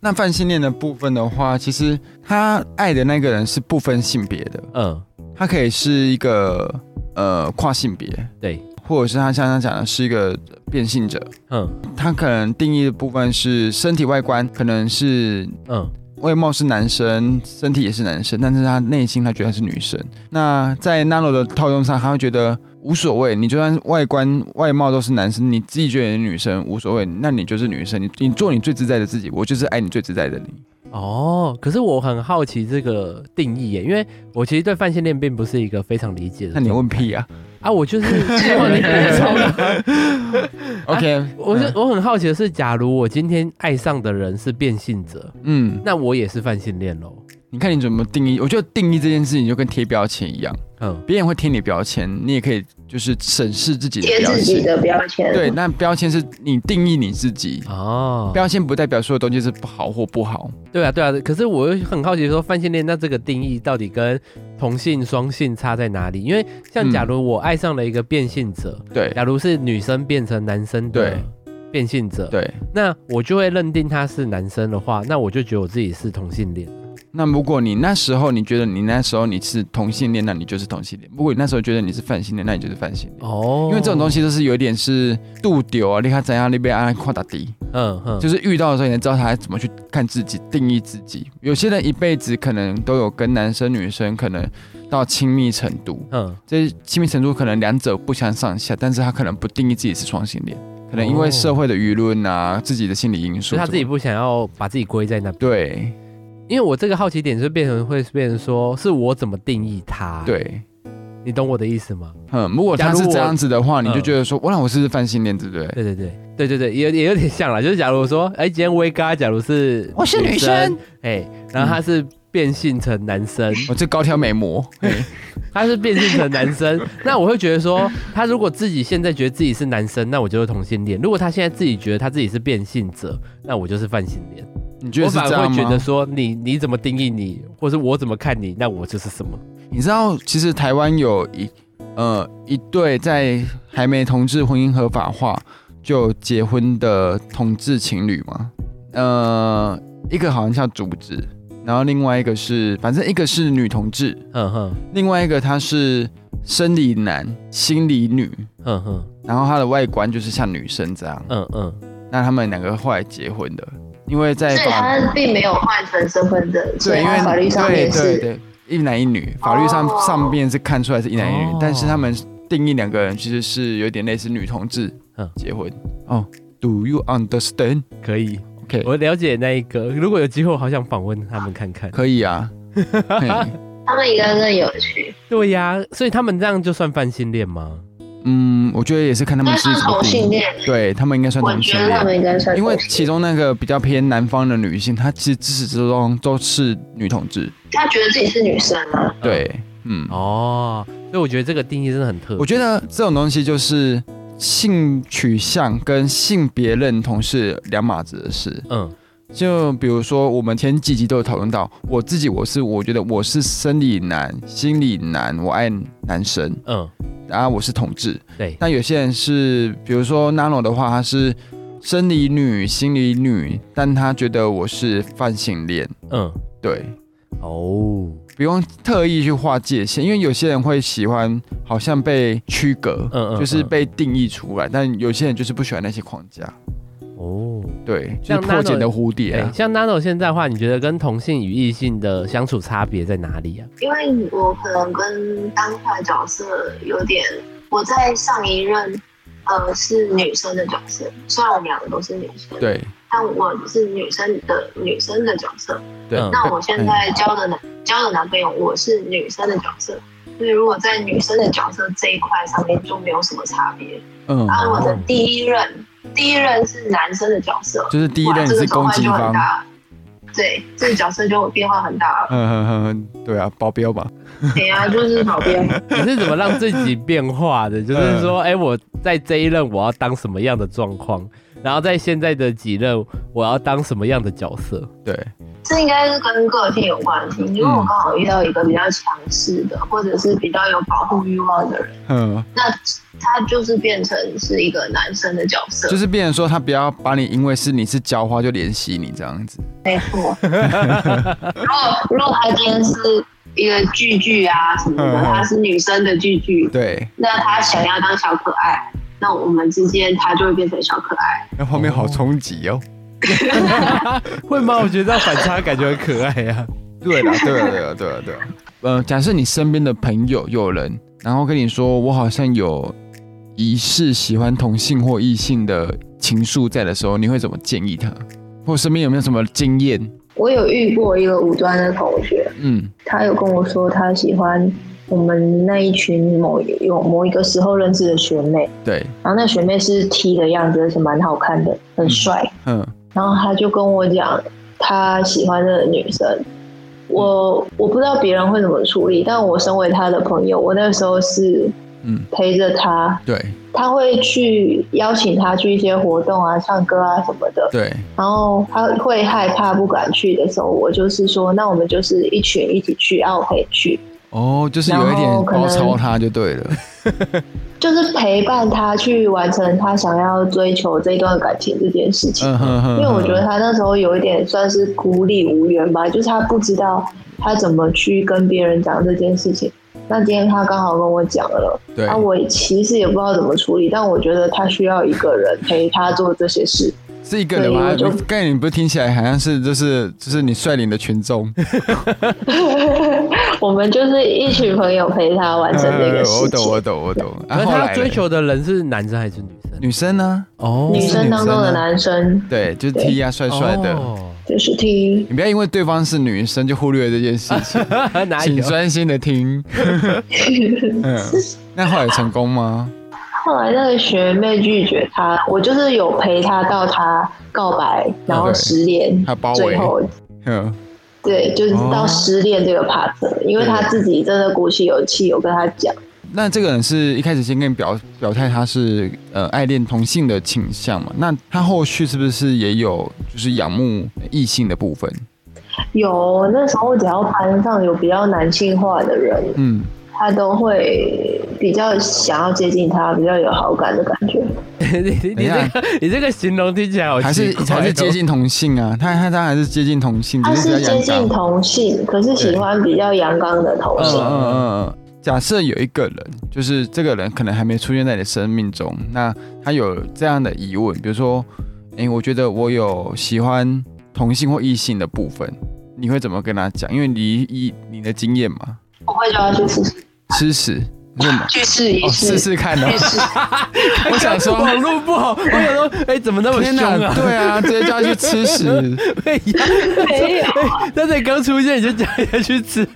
S2: 那泛性恋的部分的话，其实他爱的那个人是不分性别的，
S3: 嗯，
S2: 他可以是一个呃跨性别，
S3: 对，
S2: 或者是他像他讲的是一个变性者。
S3: 嗯
S2: 他可能定义的部分是身体外观，可能是
S3: 嗯，
S2: 外貌是男生，身体也是男生，但是他内心他觉得他是女生。那在 Nano 的套用上，他会觉得无所谓，你就算外观外貌都是男生，你自己觉得你是女生无所谓，那你就是女生，你你做你最自在的自己，我就是爱你最自在的你。
S3: 哦，可是我很好奇这个定义耶，因为我其实对泛性恋并不是一个非常理解的。
S2: 那你问屁啊
S3: 啊，
S2: [LAUGHS]
S3: 我就是 [LAUGHS]
S2: ？OK，
S3: 我是我很好奇的是，假如我今天爱上的人是变性者，
S2: 嗯，
S3: 那我也是泛性恋喽。
S2: 你看你怎么定义？我觉得定义这件事情就跟贴标签一样，
S3: 嗯，
S2: 别人会贴你标签，你也可以就是审视自己的
S1: 贴
S2: 标
S1: 自己
S2: 签。
S1: 的标签，
S2: 对，那标签是你定义你自己，
S3: 哦，
S2: 标签不代表所有东西是不好或不好。
S3: 对啊，对啊。可是我又很好奇说，泛性恋那这个定义到底跟同性、双性差在哪里？因为像
S2: 嗯
S3: 假如我爱上了一个变性者，
S2: 对
S3: 假如是女生变成男生的变性者，
S2: 对。
S3: 那我就会认定他是男生的话，那我就觉得我自己是同性恋。
S2: 那如果你那时候你觉得你那时候你是同性恋，那你就是同性恋；如果你那时候觉得你是泛性恋，那你就是泛性恋。
S3: 哦
S2: 因为这种东，西就是有点是度丢啊，你看怎样那边按跨打底，
S3: 嗯嗯，
S2: 就是遇到的时候你才知道他怎么去看自己、定义自己。有些人一辈子可能都有跟男生、女生可能到亲密程度，
S3: 嗯，
S2: 这亲密程度可能两者不相上下，但是他可能不定义自己是双性恋，可能因为
S3: 哦
S2: 社会的舆论啊、自己的心理因素
S3: 所以
S2: 什么的，
S3: 他自己不想要把自己归在那边。
S2: 对
S3: 因为我这个好奇点就变成会变成说，是我怎么定义他？，
S2: 对。
S3: 你懂我的意思吗？
S2: 嗯，如果
S3: 假
S2: 他
S3: 如
S2: 是
S3: 我
S2: 这样子的话，
S3: 嗯
S2: 你就觉得说，哇，那我是不是泛性恋，对不对？
S3: 对对对对对对，也也有点像啦。就是假如说，哎、今天威嘎，假如是
S2: 我是女生，
S3: 哎、然后他是变性成男生，
S2: 我这高挑美模，嘿
S3: 他是变性成男生，那我会觉得说，他如果自己现在觉得自己是男生，那我就是同性恋；如果他现在自己觉得他自己是变性者，那我就是泛性恋。
S2: 你觉得
S3: 我
S2: 是
S3: 反
S2: 这
S3: 而
S2: 样
S3: 会觉
S2: 吗
S3: 得？说，你你怎么定义你，或是我怎么看你，那我就是什么。
S2: 你知道，其实台湾有一呃一对在还没同志婚姻合法化就结婚的同志情侣吗？呃，一个好像叫竹子，然后另外一个是，反正一个是女同志，
S3: 哼嗯哼
S2: 另外一个他是生理男、心理女，
S3: 哼嗯哼
S2: 然后他的外观就是像女生这样。
S3: 嗯嗯，
S2: 那他们两个后来结婚的，因为在
S1: 所以
S2: 法
S1: 他并没有换成身份证，所
S2: 对，
S1: 以
S2: 因为
S1: 他法律上面
S2: 对对
S1: 是
S2: 对一男一女，法律上、
S1: 哦
S2: 上面是看出来是一男一女，
S3: 哦
S2: 但是他们定义两个人其实是有点类似女同志
S3: 嗯
S2: 结婚哦。Do
S1: 嗯
S2: you understand?
S3: 可以。
S2: OK，
S3: 我了解那一个，如果有机会，我好想访问他们看看。
S2: 可以
S1: [LAUGHS]
S2: 啊。嘿
S1: 他们一个更有趣，
S3: 对呀、所以他们这样就算泛性恋吗？
S2: 嗯，我觉得也是看他们
S1: 那
S2: 是
S1: 算
S2: 什么
S1: 同
S2: 定
S1: 性
S2: 义，
S1: 恋。
S2: 对他们应该算
S1: 我
S2: 同性
S1: 觉得他
S2: 恋。
S1: 们应该算同性恋，
S2: 因为其中那个比较偏南方的女性，她其实自始至终都是女同志。
S1: 他觉得自己是女生啊，
S2: 对，嗯，
S3: 哦，所以我觉得这个定义真的很特别。
S2: 我觉得这种东西就是性取向跟性别认同是两码子的事。
S3: 嗯
S2: 就比如说，我们前几集都有讨论到，我自己我是我觉得我是生理男、心理男，我爱男生，
S3: 嗯，
S2: 然后我是同志。
S3: 对，
S2: 那有些人是，比如说 Nano 的话，他是生理女、心理女，但他觉得我是泛性恋，
S3: 嗯，
S2: 对，
S3: 哦，
S2: 不用特意去划界限，因为有些人会喜欢好像被区隔，
S3: 嗯嗯
S2: 就是
S3: 嗯
S2: 被定义出来，但有些人就是不喜欢那些框架，
S3: 哦，
S2: 对，就
S3: 像
S2: 是破茧
S3: Nano-
S2: 的蝴蝶、
S3: 哎，
S2: 啊。
S3: 像 Nano 现在的话，你觉得跟同性与异性的相处差别在哪里啊？ [LAUGHS]
S1: 因为我可能跟当下的角色有点，我在上一任呃是女生的角色，虽然我们两个都是女生，
S2: 对
S1: 但我是女生的女生的角色。
S2: 对，
S3: 嗯
S1: 那我现在交的男交的男朋友，我是女生的角色，所以如果在女生的角色这一块上面就没有什么差别。
S2: 嗯，
S1: 然后我的第一任，第一任是男生的角色，
S2: 就是第一
S1: 哇
S2: 任
S1: 这
S2: 是
S1: 个转
S2: 攻
S1: 换
S2: 击
S1: 就很
S2: 方，。
S1: 大，对，这个角色就变化很大
S2: [LAUGHS] 嗯嗯嗯，对啊，保镖吧，
S1: 对啊，就是保镖。
S3: 你是怎么让自己变化的？就是说，哎、我在这一任我要当什么样的状况，然后在现在的几任我要当什么样的角色？
S2: 对，
S1: 这应该是跟个性有关系，因为我
S2: 嗯
S1: 刚好遇到一个比较强势的，或者是比较有保护欲望的人，
S2: 嗯，
S1: 那他就是变成是一个男生的角色，
S2: 就是变成说他不要把你，因为是你是浇花就怜惜你这样子，
S1: 没错。如果如果他今天是一个巨巨啊什么的，
S2: 嗯嗯
S1: 他是女生的巨巨，
S2: 对，
S1: 那他想要当小可爱，那我们之间他就会变成小可爱。
S2: 那画面好冲击哦。
S3: [LAUGHS] 会吗？我觉得这样反差感觉很可爱呀、
S2: 对了，对了，对了，对了，对了。啊呃，假设你身边的朋友有人，然后跟你说我好像有疑似喜欢同性或异性的情愫在的时候，你会怎么建议他？或身边有没有什么经验？
S1: 我有遇过一个五专的同学，
S2: 嗯，
S1: 他有跟我说他喜欢我们那一群某有某一个时候认识的学妹，
S2: 对，
S1: 然后那学妹是 T 的样子，而且蛮好看的，很帅。
S2: 嗯，
S1: 然后他就跟我讲他喜欢的女生，我我不知道别人会怎么处理，但我身为他的朋友，我那时候是
S2: 嗯
S1: 陪着他，
S2: 对，
S1: 他会去邀请他去一些活动啊、唱歌啊什么的。
S2: 对，
S1: 然后他会害怕不敢去的时候，我就是说，那我们就是一群一起去，啊，我陪去，
S2: 哦，就是有一
S1: 然
S2: 点
S1: 后可
S2: 包
S1: 能
S2: 抄他就对
S1: [LAUGHS]
S2: 了。
S1: 就是陪伴他去完成他想要追求这段感情这件事情。
S2: 嗯哼哼，
S1: 因为我觉得他那时候有一点算是孤立无援吧，就是他不知道他怎么去跟别人讲这件事情。那今天他刚好跟我讲了，
S2: 对
S1: 啊，我其实也不知道怎么处理，但我觉得他需要一个人陪他做这些事。
S2: 是一个人吗？
S1: 对我就
S2: 你概念不是听起来好像是就是就是你率领的群众，
S1: [LAUGHS] 我们就是一群朋友陪他完成这个
S2: 哎 [LAUGHS] 我
S1: 事
S2: 懂，
S1: 情。
S2: 我懂，我懂。啊，
S3: 啊。而
S2: 后
S3: 他
S2: 来
S3: 要追
S2: 嘞
S3: 求的人是男生还是女生？
S2: 女生呢？
S3: 哦
S1: 女生当中的
S2: 啊
S1: 男生
S2: 对，就是
S1: 对
S2: T 啊，帅帅的。
S3: 哦
S1: 就是 [LAUGHS] T，
S2: 你不要因为对方是女生就忽略这件事情，
S3: [LAUGHS] 哪
S2: 请
S3: 有？
S2: 专心的听。嗯，那后来成功吗？
S1: 后来那个学妹拒绝他，我就是有陪他到他告白，然后
S2: 对
S1: 失恋
S2: 他包，围
S1: 最后
S2: 嗯，
S1: 对，就是
S2: 哦
S1: 到失恋这个 part，、因为他自己真的鼓起勇气有跟他讲，
S2: 那这个人是一开始先跟你表表态他是呃爱恋同性的倾向嘛？那他后续是不是也有就是仰慕异性的部分？
S1: 有那时候只要班上有比较男性化的人，
S2: 嗯，
S1: 他都会比较想要接近他，比较有好感的感觉。
S3: 你你
S2: 等一
S3: 你
S2: 下
S3: 这个你这个形容听起来好
S2: 还
S3: 奇
S2: 是
S3: 怪哦
S2: 还是接，近同性啊？他他他还是接近同性，
S1: 他
S2: 只是
S1: 是
S2: 比较
S1: 接
S2: 阳
S1: 近
S2: 刚。
S1: 同性，可是喜欢比较阳刚的同
S2: 嗯
S1: 性。
S2: 嗯嗯嗯。假设有一个人，就是这个人可能还没出现在你生命中，那他有这样的疑问，比如说，诶、我觉得我有喜欢同性或异性的部分，你会怎么跟他讲？因为你以你的经验 [LAUGHS] 嘛，
S1: 我会叫他去试试，
S2: 吃屎，你 [LAUGHS] 怎么？
S1: 去试一
S2: 哦，
S1: 试，
S2: 试试看哦
S1: 去。
S2: [LAUGHS]
S1: 试。
S2: 我想说，
S3: [LAUGHS] 网络不好，我想说，哎，怎么那
S2: [LAUGHS]
S3: 么
S2: 天
S3: 凶
S2: 哪，
S3: 啊？
S2: 对啊，直接叫他去吃 [LAUGHS] 屎。
S3: [LAUGHS] 对呀，
S1: 没有，
S3: 但是你刚出现你就叫人家去吃，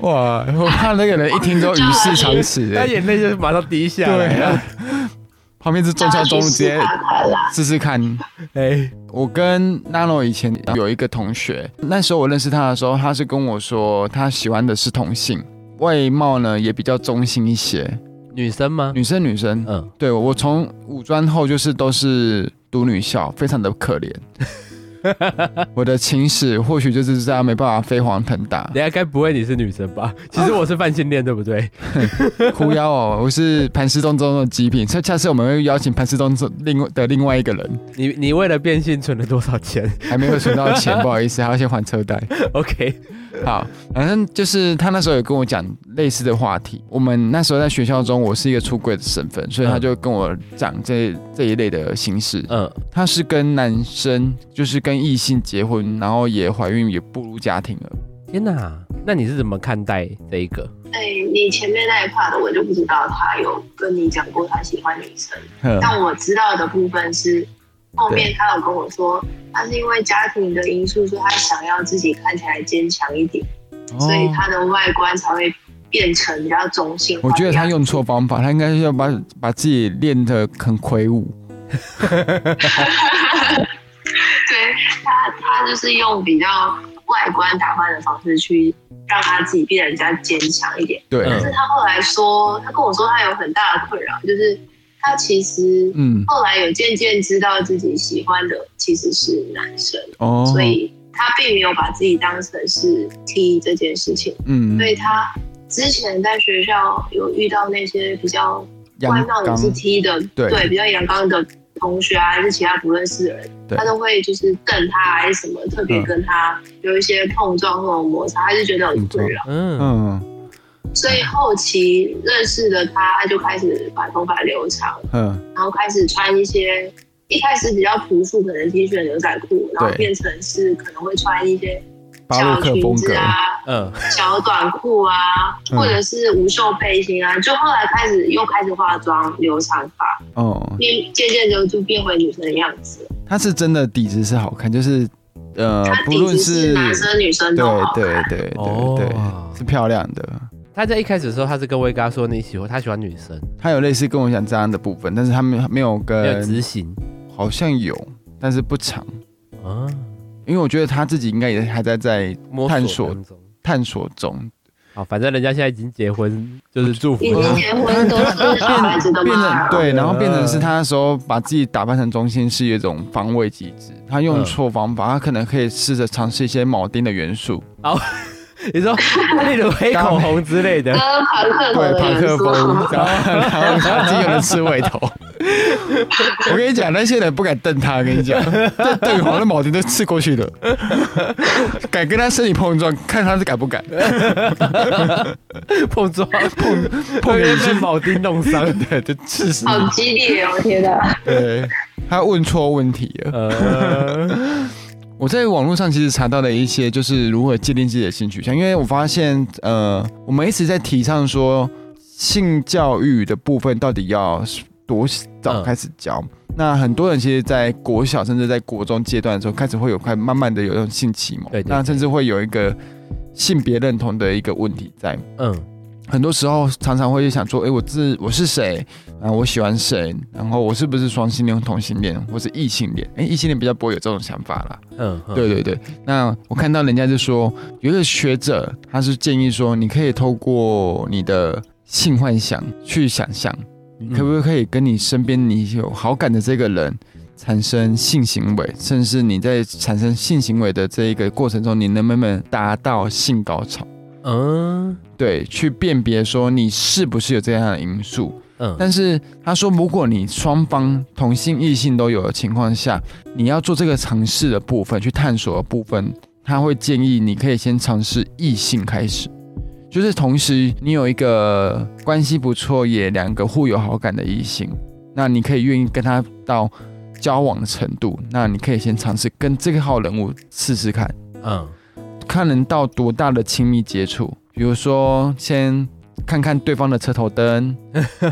S2: 哇，我怕那个人一听之后与世长辞、 [LAUGHS]
S3: 他
S2: 欸。
S3: 眼泪就马上滴下
S2: 对
S3: 来
S2: 啊
S3: 了。，
S2: [LAUGHS] 旁边是中
S1: 叫
S2: 桥
S1: 他
S2: 中
S1: 去
S2: 路，直
S1: 试
S2: 接
S1: 看看啦。
S2: 试试看。
S3: 哎，
S2: 我跟 Nano 以前有一个同学，那时候我认识他的时候，他是跟我说他喜欢的是同性，外貌呢也比较中性一些，
S3: 女生吗？
S2: 女生女生。呃
S3: 嗯，
S2: 对我从五专后就是都是读女校，非常的可怜。我的情史或许就是这样没办法飞黄腾达。
S3: 等一下该不会你是女生吧？其实我是泛性恋，对不对？
S2: 狐妖哦，我是盘丝洞中的极品，所以下次我们会邀请盘丝洞中另外的另外一个人，
S3: 你你为了变性存了多少钱
S2: 还没有存到钱，不好意思，还要先还车贷。
S3: ？OK，
S2: 好，反正就是他那时候有跟我讲类似的话题。我们那时候在学校中，我是一个出柜的身份，所以他就跟我讲这这一类的心事。
S3: 嗯，
S2: 他是跟男生，就是跟异性结婚，然后也怀孕，也步入家庭了。
S3: 天哪，那你是怎么看待这一个？
S1: 哎、你前面那一 part 我就不知道他有跟你讲过他喜欢女生，
S2: 哼
S1: 但我知道的部分是，后面他有跟我说，他是因为家庭的因素，所以他想要自己看起来坚强一点，
S2: 哦
S1: 哦所以他的外观才会变成比较中性化
S2: 我
S1: 的样子。
S2: 觉得他用错方法，他应该是要把把自己练得很魁梧。
S1: 对他，他就是用比较外观打扮的方式去让他自己变得比较坚强一点。
S2: 对，
S1: 但是他后来说，他跟我说他有很大的困扰，就是他其实
S2: 嗯，
S1: 后来有渐渐知道自己喜欢的其实是男生，
S2: 哦，
S1: 所以他并没有把自己当成是 T E 这件事情。
S2: 嗯
S1: 所，以他之前在学校有遇到那些比较外
S2: 阳
S1: 貌
S2: 刚
S1: 也是 T 的，
S2: 对
S1: 比较阳刚的同学啊，还是其他不认识的人，
S2: 对
S1: 他都会就是瞪他还是什么，特别
S2: 嗯
S1: 跟他有一些碰撞或者摩擦，他就觉得很困扰。
S3: 嗯，
S2: 嗯
S1: 所以后期认识了他，他就开始把头发留长，
S2: 嗯，
S1: 然后开始穿一些一开始比较朴素，可能 T 恤、牛仔裤，然后
S2: 对
S1: 变成是可能会穿一些
S2: 巴
S1: 小
S2: 洛克
S1: 裙
S2: 风
S1: 子
S2: 格， [LAUGHS]
S1: 啊。
S3: 嗯，
S1: 小短裤啊，
S2: 嗯
S1: 或者是无袖背心啊，就后来开始又开始化妆、留长发，
S2: 哦，
S1: 变渐渐就就变回女生的样子。
S2: 他是真的底子是好看，就是呃
S1: 她，
S2: 不
S1: 底
S2: 论
S1: 子是男生女生都好
S2: 对
S1: 看，
S2: 对对对
S3: 哦
S2: 对，是漂亮的。
S3: 他在一开始的时候，他是跟威嘎说你喜欢他喜欢女生，
S2: 他有类似跟我讲这样的部分，但是他没有没有
S3: 没有
S2: 跟，
S3: 执行
S2: 好像有，但是不长，
S3: 啊，
S2: 因为我觉得他自己应该也还在在
S3: 摸
S2: 探
S3: 索
S2: 索
S3: 当中。
S2: 探索中，
S3: 好，反正人家现在已经
S2: [LAUGHS]
S3: 结婚，就是祝福
S1: 已经结婚都是小孩子的
S2: 啊变
S1: 妈
S2: 成
S1: 了。
S3: 啊
S2: 对，然后变成是他那时候把自己打扮成中心是一种防卫机制，他
S3: 嗯
S2: 用错方法，他可能可以试着尝试一些铆钉的元素，
S3: [LAUGHS] 你说，例如黑口红之类的
S1: 跟，庞克头
S2: 对，
S1: 的
S2: 朋
S1: 元
S2: 克
S1: 素
S2: 风，然后然后他自己有人刺猬头。我跟你讲，那些人不敢瞪他，我跟你讲，瞪瞪黄的铆钉都刺过去的，敢跟他身体碰撞，看他是敢不敢。
S3: 碰撞碰
S2: 碰
S3: 会
S2: 你
S3: 被铆钉弄伤。
S2: 对，就刺死
S1: 好
S2: 你。
S1: 激烈哦！天哪，
S2: [LAUGHS] 对，他问错问题了。
S3: 呃，
S2: [LAUGHS] 我在网络上其实查到了一些，就是如何界定自己的性取向，因为我发现，呃，我们一直在提倡说性教育的部分到底要多早
S3: 嗯
S2: 开始教。那很多人其实，在国小甚至在国中阶段的时候，开始会有快慢慢的有一种性启蒙，
S3: 对对
S2: 那甚至会有一个性别认同的一个问题在。
S3: 嗯，
S2: 很多时候常常会想说，诶，我自我是谁啊？我喜欢谁？然后我是不是双性恋、同性恋，或是异性恋？诶，异性恋比较不会有这种想法啦。
S3: 嗯，嗯
S2: 对对对。那我看到人家就说，有一个学者他是建议说，你可以透过你的性幻想去想象，你可不可以跟你身边你有好感的这个人产生性行为，甚至你在产生性行为的这一个过程中，你能不能达到性高潮？
S3: 嗯
S2: 对，去辨别说你是不是有这样的因素。
S3: 嗯
S2: 但是他说，如果你双方同性异性都有的情况下，你要做这个尝试的部分，去探索的部分，他会建议你可以先尝试异性开始，就是同时你有一个关系不错，也两个互有好感的异性，那你可以愿意跟他到交往的程度，那你可以先尝试跟这个号人物试试看。
S3: 嗯，
S2: 看能到多大的亲密接触，比如说先看看对方的车头灯，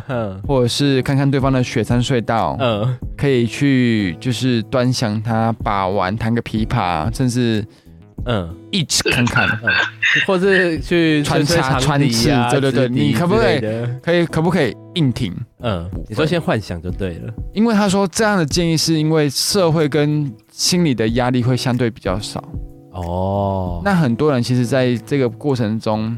S3: 嗯
S2: 或者是看看对方的雪山隧道，
S3: 嗯，
S2: 可以去就是端详它，把玩，弹个琵琶，甚至
S3: 嗯，
S2: 一起看看，
S3: 或是去
S2: 穿
S3: 吹吹
S2: 插
S3: 长
S2: 穿
S3: 笛啊
S2: 刺对对对
S3: 直笛
S2: 你可不可以
S3: 之类的？
S2: 可以可不可以硬挺？
S3: 嗯，你说先幻想就对了。
S2: 因为他说这样的建议是因为社会跟心理的压力会相对比较少。
S3: 哦，
S2: 那很多人其实在这个过程中，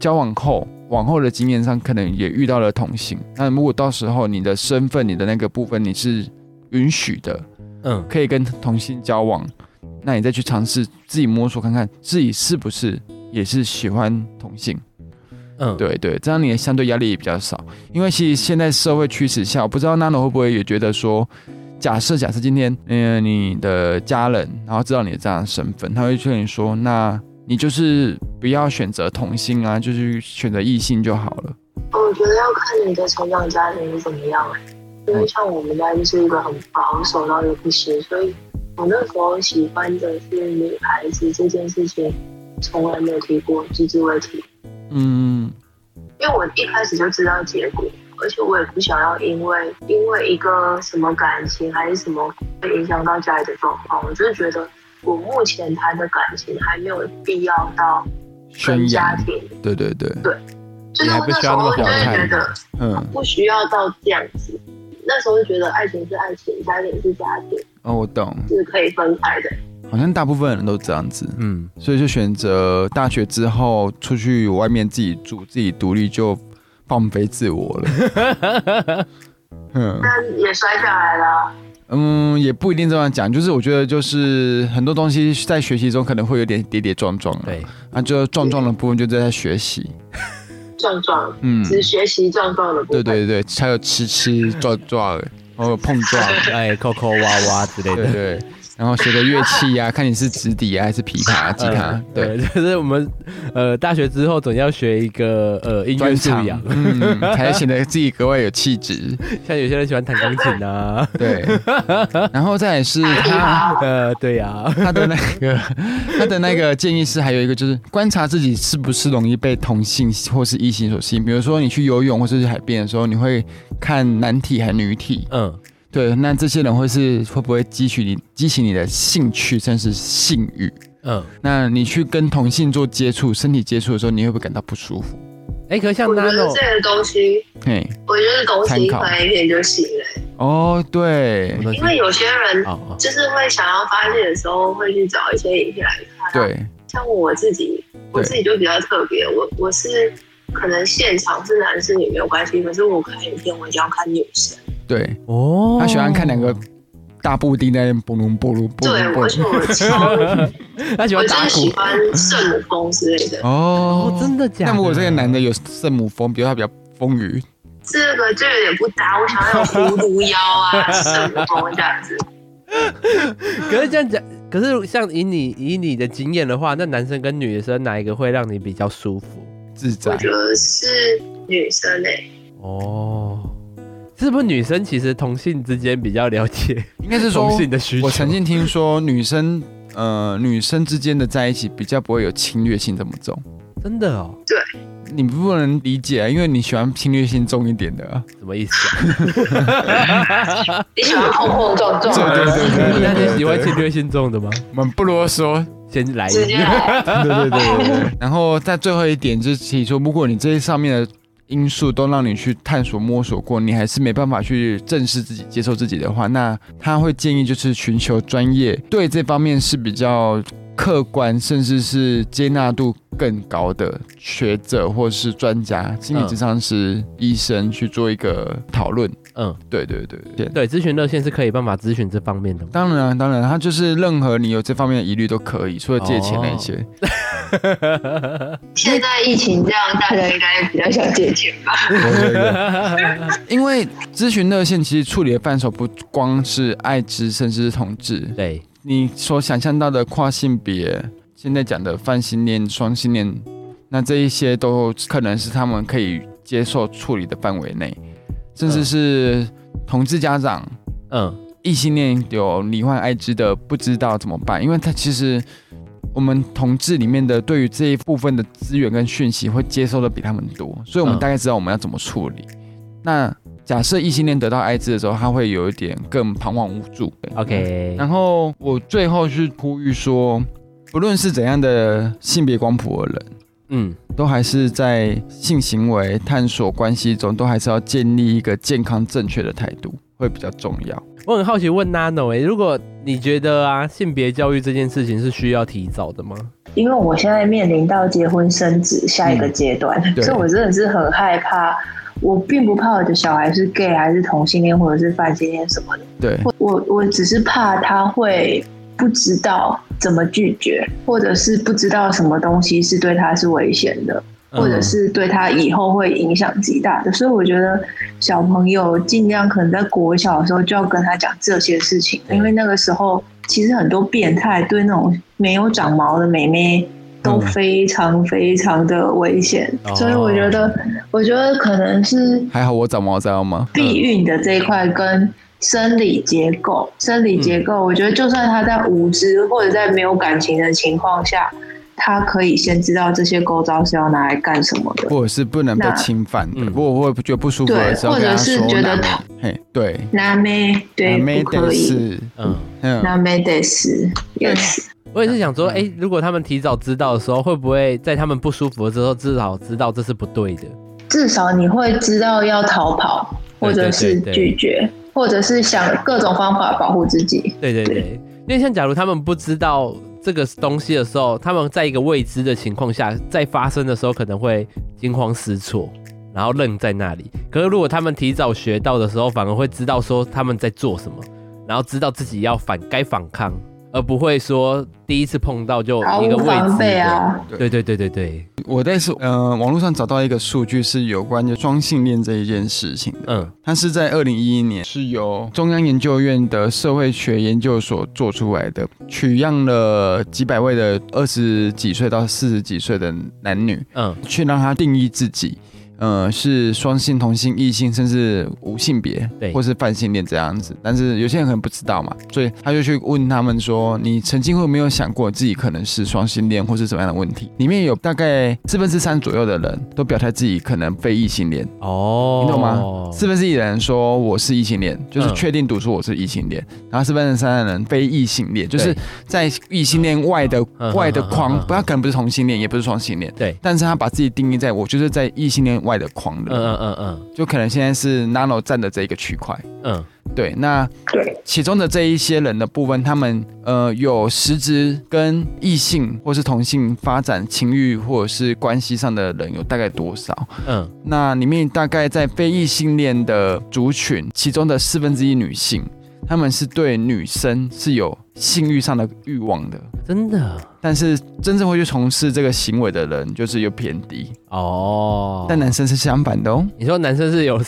S2: 交往后往后的经验上，可能也遇到了同性。那如果到时候你的身份、你的那个部分你是允许的，
S3: 嗯
S2: 可以跟同性交往，那你再去尝试自己摸索看看自己是不是也是喜欢同性。
S3: 嗯，
S2: 对对，这样你的相对压力也比较少。因为其实现在社会驱使下，我不知道 Nano 会不会也觉得说，假设假设今天，嗯、你的家人然后知道你的这样的身份，他会劝你说，那你就是不要选择同性啊，就是选择异性就好了。
S1: 我哦觉得要看你的成长家庭是怎么样、欸，因为像我们家就是一个很保守到一个不行，所以我那时候喜欢的是女孩子这件事情，从来没有提过，只字未提。
S2: 嗯，
S1: 因为我一开始就知道结果，而且我也不想要因为因为一个什么感情还是什么会影响到家里的状况。我就是觉得我目前谈的感情还没有必要到
S2: 宣
S1: 跟家
S2: 扬，
S1: 庭，
S2: 对对对，
S1: 就是我那时候就会觉得
S2: 嗯，
S1: 不需要到这样子。那时候就觉得爱情是爱情，家庭是家庭，
S2: 哦，我懂，
S1: 是可以分开的。
S2: 好像大部分人都这样子，
S3: 嗯，
S2: 所以就选择大学之后出去外面自己住，自己独立就放飞自我了。 [LAUGHS] 嗯
S1: 但也摔下来了，
S2: 嗯，也不一定这样讲，就是我觉得就是很多东西在学习中可能会有点跌跌撞撞，，
S3: 对，
S2: 那就撞撞的部分就在学习，
S1: 撞撞，
S2: 嗯，
S1: 只是学习撞撞的部
S2: 对
S1: 分。
S2: 对对，还有吃吃撞撞，还有碰撞，
S3: 哎，扣扣哇哇之类
S2: 对
S3: 的。
S2: 对，然后学个乐器呀、看你是直笛啊还是琵琶、吉他
S3: [LAUGHS] 呃，
S2: 对，
S3: 呃就是我们呃大学之后总要学一个呃音乐
S2: 专
S3: 素
S2: 长
S3: 养，，
S2: 嗯，才显得自己格外有气质，
S3: 像有些人喜欢弹钢琴啊， [LAUGHS]
S2: 对，然后再来是他
S1: 好，
S3: 呃，对呀、
S2: 他的那个他的那个建议是，还有一个就是观察自己是不是容易被同性或是异性所吸引。比如说你去游泳或者是海边的时候，你会看男体还女体，
S3: 嗯，
S2: 对，那这些人会是会不会激起你激起你的兴趣，甚至是性欲？
S3: 嗯，
S2: 那你去跟同性做接触、身体接触的时候，你会不会感到不舒服？
S3: 哎、可是像
S1: 我觉得
S3: Nano，
S1: 这个东西，
S2: 嘿，
S1: 我觉得东西拍一点就行了、
S2: 哦，对
S3: 什么东西
S1: 因为有些人
S3: 哦哦，
S1: 就是会想要发泄的时候，会去找一些影片来看。，
S2: 对，
S1: 像我自己，我自己就比较特别，我我是可能现场是男是女没有关系，可是我看影片我一定要看女生。
S2: 对，
S3: 哦，
S2: 他喜欢看两个，大布丁在那边布隆布隆布
S1: 对，
S2: 隆布
S1: 而且
S2: 隆，
S1: 我 [LAUGHS] 超，
S3: 他喜
S1: 我就
S3: 欢打
S1: 是
S3: 鼓
S1: 喜，欢圣母峰之类的。
S2: 哦
S3: 哦，真的假的？
S2: 那如果这个男的有圣母风，比如他比较风雨，
S1: 这个就有点不搭，我想要有葫芦腰
S2: [LAUGHS]
S1: 啊，圣母峰这样子。
S3: 可是这样讲，可是像以你以你的经验的话，那男生跟女生哪一个会让你比较舒服？
S2: 自
S1: 我
S2: 在
S1: 觉，得是女生欸诶、
S3: 哦，是不是女生其实同性之间比较了解
S2: 应该是说
S3: 同，性的需求？
S2: 我曾经听说女生，呃，女生之间的在一起比较不会有侵略性这么重。
S3: 真的哦，
S2: 你不能理解啊，因为你喜欢侵略性重一点的、啊。
S3: 什么意思、啊？
S1: 你喜欢碰碰撞
S2: 对
S1: 撞，
S2: 对对对对
S3: 那你喜欢
S2: 对
S3: 侵略性重的吗？
S2: 我们不啰嗦。
S3: 先来
S1: 直接
S3: 一，
S2: [LAUGHS]
S1: 来。
S2: 对对对对对。然后在最后一点就是提出，如果你这些上面的因素都让你去探索摸索过，你还是没办法去正视自己、接受自己的话，那他会建议就是寻求专业对这方面是比较客观，甚至是接纳度更高的学者或是专家、心理
S3: 嗯
S2: 咨商师、医生去做一个讨论。
S3: 嗯，
S2: 对对对对。
S3: 对，咨询热线是可以办法咨询这方面的吗。
S2: 当然、啊，当然，他就是任何你有这方面的疑虑都可以，除了借钱那些。
S1: 现在疫情这样，大家应该比较想借钱吧？
S2: 对对对因为咨询热线其实处理的范畴不光是艾滋，甚至是同志，
S3: 对，
S2: 你所想象到的跨性别，现在讲的泛性恋、双性恋，那这一些都可能是他们可以接受处理的范围内，甚至是同志家长。
S3: 嗯，
S2: 异性恋有罹患艾滋的不知道怎么办，因为他其实我们同志里面的对于这一部分的资源跟讯息会接收的比他们多，所以我们
S3: 嗯
S2: 大概知道我们要怎么处理。那假设异性恋得到艾滋的时候，他会有一点更彷徨无助。
S3: OK，
S1: 嗯
S2: 然后我最后是呼吁说，不论是怎样的性别光谱的人，
S3: 嗯，
S2: 都还是在性行为探索关系中，都还是要建立一个健康正确的态度，会比较重要。
S3: 我很好奇问 Nano 哎、如果你觉得啊，性别教育这件事情是需要提早的吗？
S1: 因为我现在面临到结婚生子下一个阶段，
S2: 嗯对
S1: 所以我真的是很害怕。我并不怕我的小孩是 gay 还是同性恋或者是泛性恋什么的，
S2: 对，
S1: 我我只是怕他会不知道怎么拒绝，或者是不知道什么东西是对他是危险的，
S3: 嗯
S1: 或者是对他以后会影响极大的。所以我觉得小朋友尽量可能在国小的时候就要跟他讲这些事情，
S3: 对
S1: 因为那个时候其实很多变态对那种没有长毛的妹妹都
S3: 嗯
S1: 非常非常的危险，
S3: 哦
S1: 所以我觉得，我觉得可能是
S2: 还好我长毛知道吗？
S1: 避孕的这一块跟生理结构，生理结构，我觉得就算他在无知或者在没有感情的情况下，他可以先知道这些构造是要拿来干什么的。
S2: 或者是不能被
S1: 那
S2: 侵犯的，
S3: 嗯
S2: 或我会觉得不舒服的
S1: 对
S2: 时候
S1: 或
S2: 跟
S1: 者
S2: 他
S1: 是
S2: 说
S1: 觉得
S2: 那
S1: 他
S2: 嘿，对，
S1: 那妹对，
S2: 那没
S1: 不可
S2: 得
S1: 以。
S2: 是，
S3: 嗯，
S2: 嗯，
S1: 那妹得是，yes，
S3: 我也是想说，
S2: 嗯
S3: 哎、如果他们提早知道的时候，会不会在他们不舒服的时候，至少知道这是不对的？
S1: 至少你会知道要逃跑，
S3: 对
S1: 或者是
S3: 对对对
S1: 拒绝，或者是想各种方法保护自己。
S3: 对对对，因为像假如他们不知道这个东西的时候，他们在一个未知的情况下，在发生的时候可能会惊慌失措，然后愣在那里。可是如果他们提早学到的时候，反而会知道说他们在做什么，然后知道自己要反该反抗，而不会说第一次碰到就
S1: 毫
S3: 一个
S1: 无
S3: 未
S1: 防
S3: 知
S1: 备
S3: 的。
S1: 啊！
S3: 对对对对对，
S2: 我在是呃网络上找到一个数据是有关于双性恋这一件事情的，
S3: 嗯
S2: 它是在二零一一年是由中央研究院的社会学研究所做出来的，取样了几百位的二十几岁到四十几岁的男女，
S3: 嗯
S2: 去让他定义自己，呃，是双性、同性、异性，甚至无性别，
S3: 对
S2: 或是泛性恋这样子。但是有些人可能不知道嘛，所以他就去问他们说：“你曾经会有没有想过自己可能是双性恋，或是什么样的问题？”里面有大概四分之三左右的人都表态自己可能非异性恋，
S3: 哦，
S2: 你懂吗？四分之一的人说我是异性恋，就是
S3: 嗯
S2: 确定读出我是异性恋，然后四分之三的人非异性恋，就是
S3: 对
S2: 在异性恋外的
S3: 嗯
S2: 外的框
S3: 嗯嗯嗯，嗯
S2: 不要可能不是同性恋，也不是双性恋，
S3: 对，
S2: 但是他把自己定义在我就是在异性恋外的框
S3: 嗯
S2: 的，
S3: 嗯嗯嗯
S2: 就可能现在是 Nano 站的这一个区块。
S3: 嗯，
S2: 对，那
S1: 对，
S2: 其中的这一些人的部分，他们呃有实质跟异性或是同性发展情欲或者是关系上的人有大概多少？
S3: 嗯
S2: 那里面大概在非异性恋的族群，其中的四分之一女性，她们是对女生是有性欲上的欲望的，
S3: 嗯，真的
S2: 但是真正会去从事这个行为的人就是又偏低，
S3: 哦。
S2: 但男生是相反的哦，
S3: 你说男生是有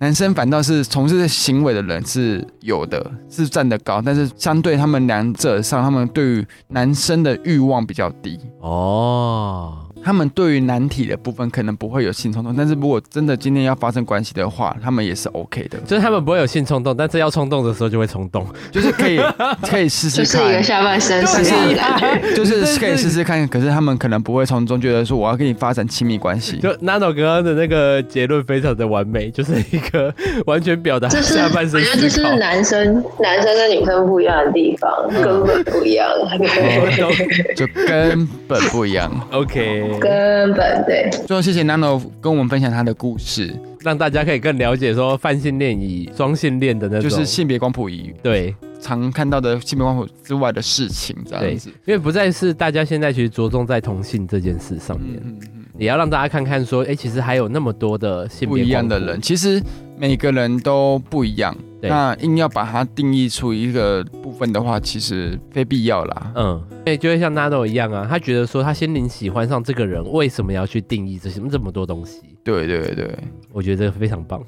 S2: 男生反倒是从事行为的人是有的，是占得高，但是相对他们两者上，他们对于男生的欲望比较低。
S3: 哦，
S2: 他们对于男体的部分可能不会有性冲动，但是如果真的今天要发生关系的话，他们也是 OK 的。
S3: 就是他们不会有性冲动，但是要冲动的时候就会冲动。
S2: 就是可
S1: [LAUGHS]
S2: 以可以试
S1: 就
S2: 试
S1: 是一个
S2: 看，
S1: 下半身
S3: 就是
S1: 这样的感觉。
S2: 就是可以试试看。可是他们可能不会从中觉得说我要跟你发展亲密关系，
S3: 就 Nano 哥的那个结论非常的完美，就是一个完全表达
S1: 这是
S3: 下半身
S1: 我觉得这
S3: 思
S1: 是
S3: 考。嗯
S1: 男生男生跟女生不一样的地方，根本不一样，
S3: 哦
S1: 对， [LAUGHS]
S3: 我懂
S2: 就根本不一样。
S3: OK，
S1: 根本对，
S2: 最后谢谢 Nano 跟我们分享他的故事，
S3: 让大家可以更了解说泛性恋与双性恋的那
S2: 就
S3: 种，
S2: 是性别光谱以
S3: 对
S2: 常看到的性别光谱之外的事情这
S3: 对
S2: 样子。，
S3: 因为不再是大家现在其实着重在同性这件事上面，
S2: 嗯嗯
S3: 也要让大家看看说，哎、其实还有那么多的性别
S2: 不一样的
S3: 光谱
S2: 人，，其实每个人都不一样。
S3: 对
S2: 那硬要把它定义出一个部分的话，其实非必要啦。
S3: 嗯，对，就会像 Nano 一样啊，他觉得说他心灵喜欢上这个人，为什么要去定义这些这么多东西？
S2: 对对对。
S3: 我觉得这个非常棒。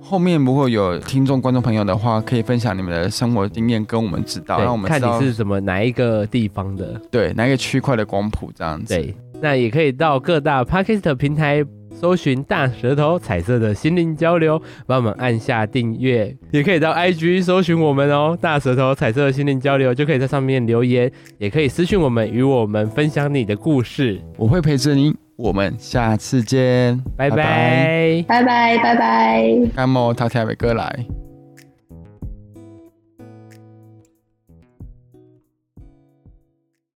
S2: 后面如果有听众、观众朋友的话，可以分享你们的生活经验跟我们知道，
S3: 对，
S2: 让我们知
S3: 看
S2: 道
S3: 你是怎么哪一个地方的。
S2: 对哪一个区块的光谱这样子。
S3: 对，那也可以到各大 Podcast 平台搜寻“大舌头彩色的心灵交流”，帮我们按下订阅。也可以到 IG 搜寻我们哦，“大舌头彩色的心灵交流”就可以在上面留言，也可以私讯我们，与我们分享你的故事。
S2: 我会陪着你，我们下次见，
S3: 拜拜
S1: 拜拜拜拜。
S2: 感冒淘天伟哥来。